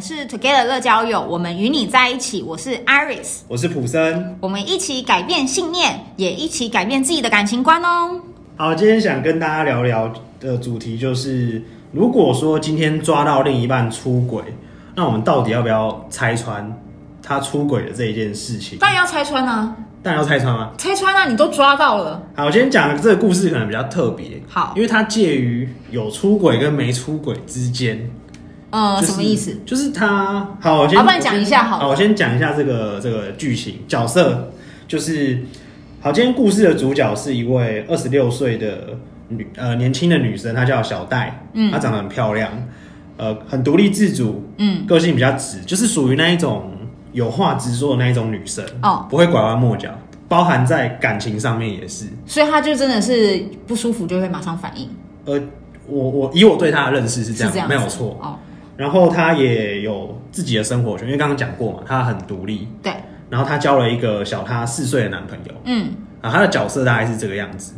是 Together 乐交友，我们与你在一起。我是 Iris，我是普森。我们一起改变信念，也一起改变自己的感情观哦。好，今天想跟大家聊聊的主题就是，如果说今天抓到另一半出轨，那我们到底要不要拆穿他出轨的这一件事情？当然要拆穿啊，当然要拆穿啊。拆穿啊，你都抓到了。好，我今天讲的这个故事可能比较特别，好因为它介于有出轨跟没出轨之间。呃，就是什么意思？？就是他好，我先好不然讲一下好了我先讲一下这个这个剧情角色，就是好，今天故事的主角是一位二十六岁的女呃年轻的女生，她叫小戴，嗯，她长得很漂亮，呃，很独立自主，嗯，个性比较直，就是属于那一种有话直说的那一种女生，哦，不会拐弯抹角，包含在感情上面也是，所以他就真的是不舒服就会马上反应，呃，我我以我对她的认识是这是样，这样没有子错，哦。然后她也有自己的生活圈，因为刚刚讲过嘛，她很独立。对，然后她交了一个小她四岁的男朋友嗯，啊，她的角色大概是这个样子。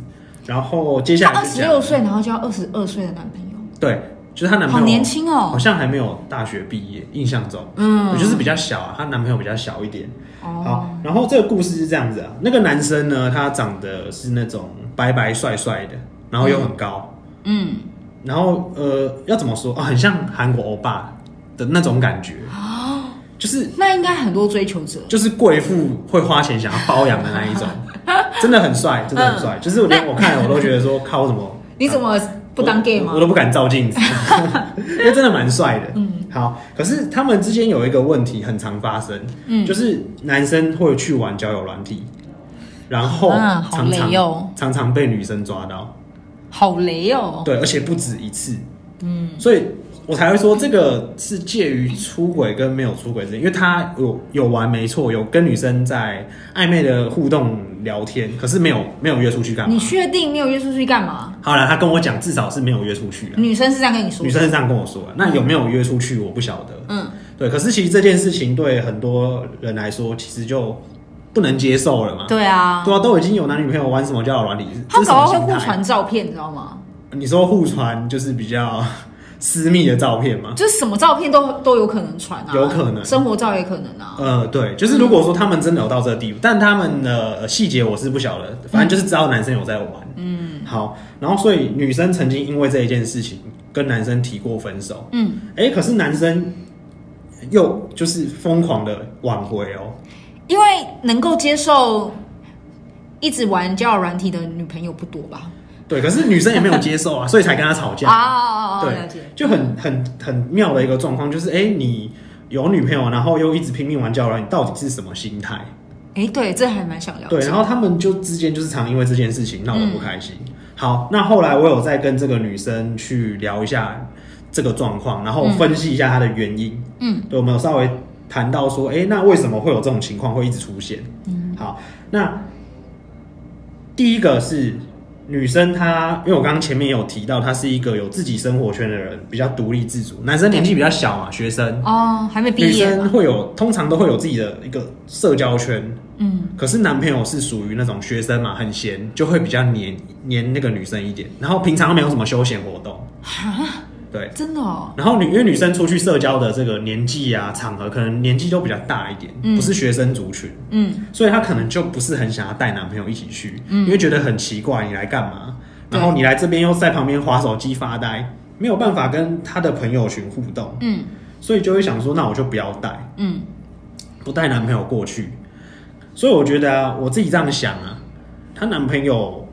然后接下他来二就十讲六，岁，然后就要二十二岁的男朋友，对，就是她男朋好友年轻好哦。像还没有大学毕业，印象中，嗯，就是比较小啊，她男朋友比较小一点。哦，好，然后这个故事是这样子啊，那个男生呢，他长得是那种白白帅帅的，然后又很高，嗯，然后呃，要怎么说啊、很像韩国欧巴的那种感觉，哦就是那应该很多追求者。就是贵妇会花钱想要包养的那 一种，真的很帅，真的很帅。就是我连我看了我都觉得说，靠，我怎么嗯你怎么不当 gay 我吗我？都不敢照 镜子，因为真的蛮帅的。嗯，好。可是他们之间有一个问题很常发生，嗯，就是男生会去玩交友软体，然后啊好常常、累哦常常被女生抓到，好雷哦。对，而且不止一次。嗯，所以。我才会说这个是介于出轨跟没有出轨之间，因为他有有玩没错，有跟女生在暧昧的互动聊天，可是没有没有约出去干嘛你。确定你有约出去干嘛？好了，他跟我讲至少是没有约出去啊。女生是这样跟你说女的？生是这样跟我说啊、那有没有约出去我不晓得。嗯，对，可是其实这件事情对很多人来说，其实就不能接受了嘛。对啊，对啊，都已经有男女朋友玩什么交友软体，他这是什搞到么会心互态？传照片，你知道吗？你说互传就是比较 私密的照片吗？就是什么照片都都有可能传啊，有可能生活照也可能啊。呃，对，就是如果说他们真的有到这个地步，但他们的呃细节我是不晓得，反正就是知道男生有在玩。嗯，好，然后所以女生曾经因为这一件事情跟男生提过分手。嗯，哎、可是男生又就是疯狂的挽回哦。因为能够接受一直玩交友软体的女朋友不多吧？对，可是女生也没有接 受啊，所以才跟他吵啊架。啊，啊啊了对解，。就很很很妙的一个状况，就是哎、诶你有女朋友，然后又一直拼命玩交友软件，你到底是什么心态？哎，对，这还蛮想了解。嗯对，然后他们就之间就是常因为这件事情闹得不开心。好，那后来我有再跟这个女生去聊一下这个状况，然后分析一下她的原因。嗯，对，我们有稍微谈到说，哎、那为什么会有这种情况会一直出现？嗯，好，那第一个是女生她，因为我刚刚前面也有提到，她是一个有自己生活圈的人，比较独立自主。男生年纪比较小嘛，学生，哦，还没女毕业嘛生会有通常都会有自己的一个社交圈，嗯，可是男朋友是属于那种学生嘛，很闲，就会比较黏黏那个女生一点，然后平常都没有什么休闲活动，对，真的哦，然后女因为女生出去社交的这个年纪啊场合，可能年纪都比较大一点，不是学生族群，嗯，所以她可能就不是很想要带男朋友一起去，因为觉得很奇怪，你来干嘛？然后你来这边又在旁边划手机发呆，没有办法跟她的朋友群互动，嗯所以就会想说，那我就不要带。嗯，不带男朋友过去，所以我觉得啊，我自己这样想啊，她男朋友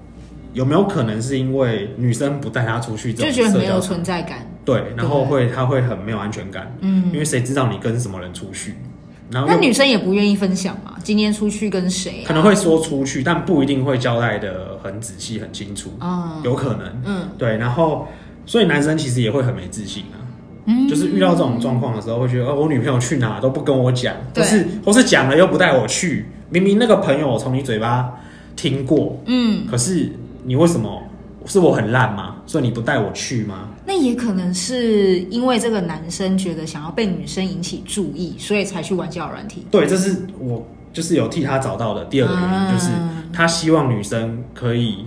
有没有可能是因为女生不带她出去这就种觉得社没有交存在感。对，然后会她会很没有安全感，嗯，因为谁知道你跟什么人出去，然后那又女生也不愿意分享嘛？今天出去跟谁可啊？能会说出去，但不一定会交代的很仔细很清楚，嗯有可能，嗯对，然后所以男生其实也会很没自信啊。嗯就是遇到这种状况的时候，会觉得哦，我女朋友去哪都不跟我讲，或对是或是讲了又不带我去。明明那个朋友我从你嘴巴听过，嗯，可是你为什么是我很烂吗？所以你不带我去吗？那也可能是因为这个男生觉得想要被女生引起注意，所以才去玩交友软体。对，这是我就是有替他找到的第二个原因，啊就是他希望女生可以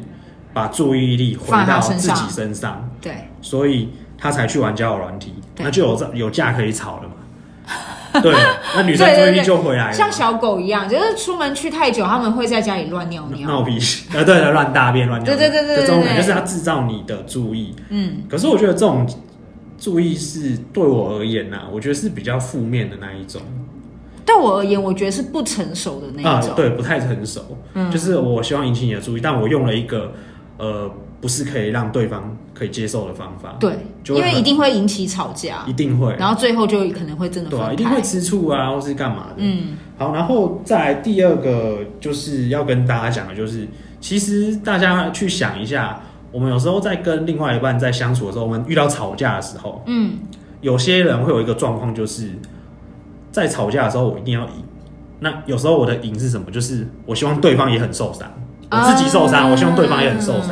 把注意力回放在到他自身己上身上，对，所以他才去玩交友软体，对那就有这有架可以吵了嘛。 对，那女生对对注意力对就回来了，像小狗一样，就是出门去太久，他们会在家里乱尿尿。闹脾气，呃，对的，乱大便、乱尿尿，对对对对对这种对就是他制造你的注意。嗯，可是我觉得这种注意是对我而言呐、我觉得是比较负面的那一种对我而言，我觉得是不成熟的那啊、一种。对，不太成熟。嗯就是我希望引起你的注意，但我用了一个呃，不是可以让对方可以接受的方法，对，就会因为很一定会引起吵架一，定会，然后最后就可能会真的对分啊，开。一定会吃醋啊，或是干嘛的。嗯，好，然后再来第二个就是要跟大家讲的，就是其实大家去想一下，我们有时候在跟另外一半在相处的时候，我们遇到吵架的时候，嗯，有些人会有一个状况，就是在吵架的时候我一定要赢。那有时候我的赢是什么？就是我希望对方也很受伤，我自己受伤，啊我希望对方也很受伤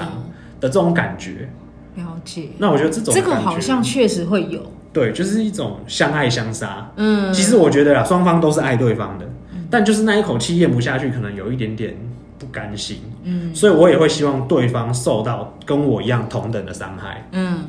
的这种感觉。了解。那我觉得这种这个感觉好像确实会有，对，就是一种相爱相杀。嗯，其实我觉得啦，双方都是爱对方的，但就是那一口气咽不下去，可能有一点点不甘心，嗯所以我也会希望对方受到跟我一样同等的伤害。嗯，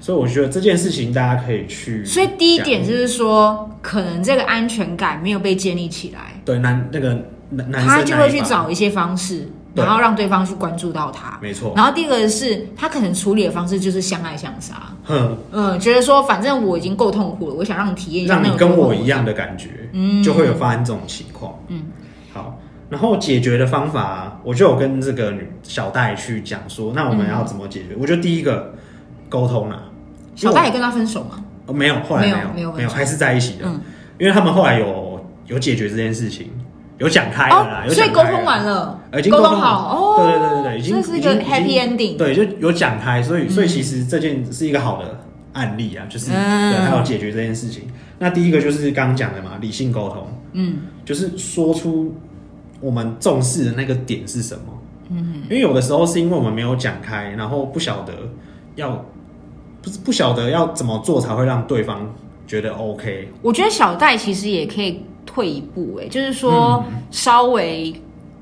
所以我觉得这件事情大家可以去想，所以第一点就是说，可能这个安全感没有被建立起来，对男那个男男生他就会那一去方，找一些方式，对然后让对方去关注到他。没错，然后第二个是他可能处理的方式就是相爱相杀，哼，嗯，觉得说反正我已经够痛苦了，我想让你体验一下让那你种跟我痛苦一样的感觉，嗯就会有发生这种情况。嗯，好。然后解决的方法，我就有跟这个女小戴去讲说，那我嗯们要怎么解决？我觉得第一个沟通啊，小戴也跟他分手嘛，哦，没有，后来没有有，没没有分手还是在一起的，嗯，因为他们后来有有解决这件事情，有讲开了啦，哦，哎有所讲以开沟通了完了，呃已经沟沟通通好哦，对对对对对已经这是一个已经已经 happy ending，对，就有讲开，所以所以嗯其实这件是一个好的案例啊，就是、嗯对，他有解决这件事情。那第一个就是刚刚讲的嘛，理性沟通，嗯就是说出我们重视的那个点是什么。嗯，因为有的时候是因为我们没有讲开，然后不晓得要不是不晓得要怎么做才会让对方觉得 OK，我觉得小戴其实也可以退一步、哎，就是说稍微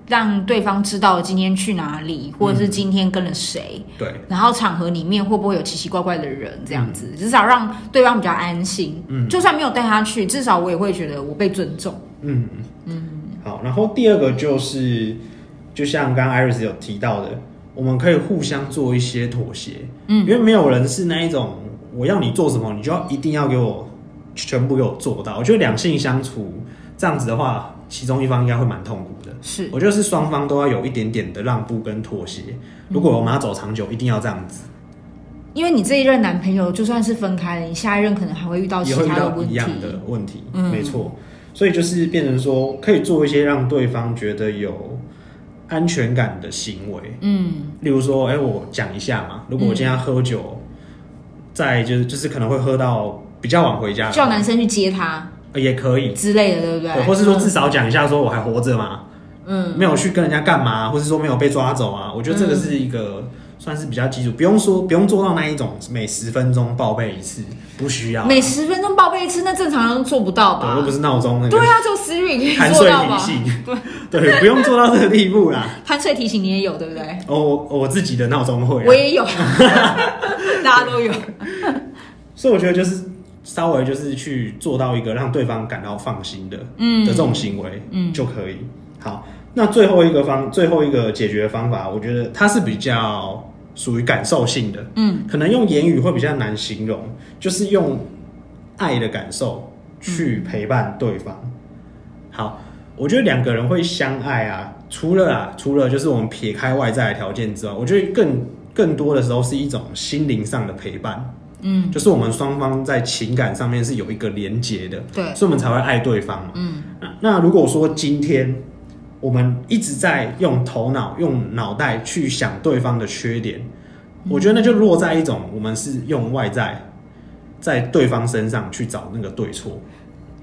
让对方知道今天去哪里，或者是今天跟了谁，对。然后场合里面会不会有奇奇怪怪的人，这样嗯子，至少让对方比较安心。嗯，就算没有带他去，至少我也会觉得我被尊重。嗯，嗯，好，然后第二个就是，就像刚刚 Iris 有提到的，我们可以互相做一些妥协，嗯，因为没有人是那一种我要你做什么，你就要一定要给我全部给我做到。我觉得两性相处这样子的话，其中一方应该会蛮痛苦的。是，我觉得是双方都要有一点点的让步跟妥协。如果我们要走长久，一定要这样子，因为你这一任男朋友就算是分开了，你下一任可能还会遇到其也会遇他的到问一题。样的问题，嗯没错。所以就是变成说，可以做一些让对方觉得有安全感的行为，嗯，例如说，哎、我讲一下嘛，如果我今天要喝酒，在就是就是可能会喝到比较晚回家的话，叫男生去接他呃也可以，之类的，对不对？对，或是说至少讲一下说我还活着嘛，嗯，嗯没有去跟人家干嘛，或是说没有被抓走啊，我觉得这个是一个。算是比较基础，不用说，不用做到那一种每十分钟报备一次，不需要啊。每十分钟报备一次，那正常人做不到吧？对，又不是闹钟那个。对啊，只有 Siri 可以含做税到提吧？醒， 对不用做到这个地步啦。贪睡提醒你也有，对不对？哦，我我自己的闹钟会、我啊，也有， 大家都有。所以我觉得就是稍微就是去做到一个让对方感到放心的，嗯的这种行为，嗯就可以。好，那最后一个方，最后一个解决方法，我觉得它是比较属于感受性的，嗯，可能用言语会比较难形容，就是用爱的感受去陪伴对方。好，我觉得两个人会相爱啊，除了啊，除了就是我们撇开外在的条件之外，我觉得更更多的时候是一种心灵上的陪伴。嗯，就是我们双方在情感上面是有一个连结的，对所以我们才会爱对方嘛。嗯那那如果说今天我们一直在用头脑、用脑袋去想对方的缺点，我觉得那就落在一种我们是用外在在对方身上去找那个对错，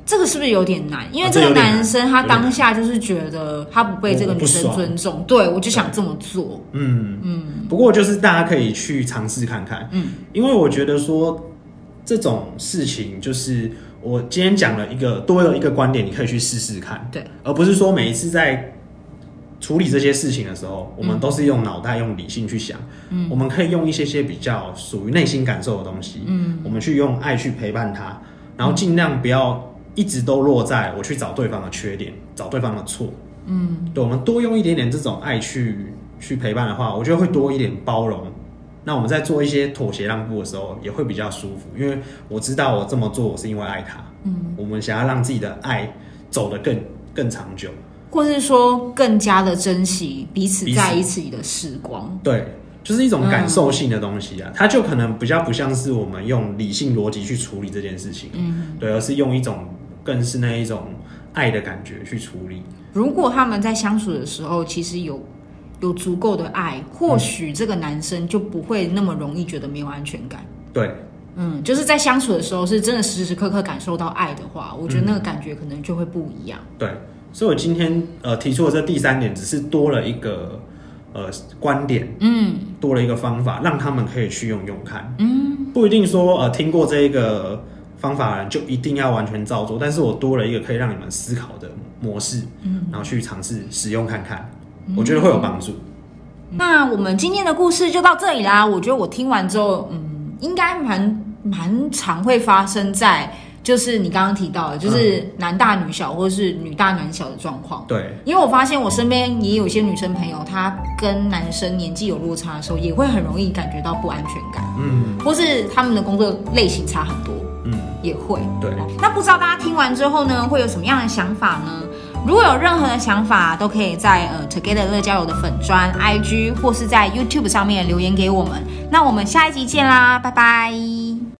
这个是不是有点难？因为啊这这个有点难男生他有点当下就是觉得他不被这个我我女不生爽尊重，对我就想这么做。嗯。嗯不过就是大家可以去尝试看看，嗯，因为我觉得说这种事情，就是我今天讲了一个多了一个观点，你可以去试试看，对，而不是说每一次在处理这些事情的时候，我们都是用脑袋、用理性去想，嗯，我们可以用一些些比较嗯属于内心感受的东西，嗯，我们去用爱去陪伴他，然后尽量不要一直都落在我去找对方的缺点，找对方的错。嗯，对，我们多用一点点这种爱去去陪伴的话，我觉得会多一点包容。那我们在做一些妥协让步的时候，也会比较舒服，因为我知道我这么做，我是因为爱他。嗯，我们想要让自己的爱走得更更长久。或是说更加的珍惜彼此彼此在一起的时光。对，就是一种感受性的东西啊，它就可能比较不像是我们用理性逻辑去处理这件事情，嗯，对，而是用一种更是那一种爱的感觉去处理，如果他们在相处的时候，其实有有足够的爱，或许这个男生就不会那么容易觉得没有安全感。对，嗯，就是在相处的时候，是真的时时刻刻感受到爱的话，我觉得那个感觉可能就会不一样。对，所以我今天呃提出的这第三点，只是多了一个呃观点，嗯，多了一个方法，让他们可以去用用看，嗯，不一定说呃听过这一个方法的人就一定要完全照做，但是我多了一个可以让你们思考的模式，嗯，然后去尝试使用看看，我觉得会有帮助。那我们今天的故事就到这里啦。我觉得我听完之后，嗯，应该蛮蛮常会发生在就是你刚刚提到的，就是男大女小或是女大男小的状况。对，因为我发现我身边也有一些女生朋友，她跟男生年纪有落差的时候，也会很容易感觉到不安全感，嗯或是他们的工作类型差很多，嗯，也会。对，那不知道大家听完之后呢，会有什么样的想法呢？如果有任何的想法，都可以在呃 Together 乐交友的粉砖、IG 或是在 YouTube 上面留言给我们。那我们下一集见啦，拜拜。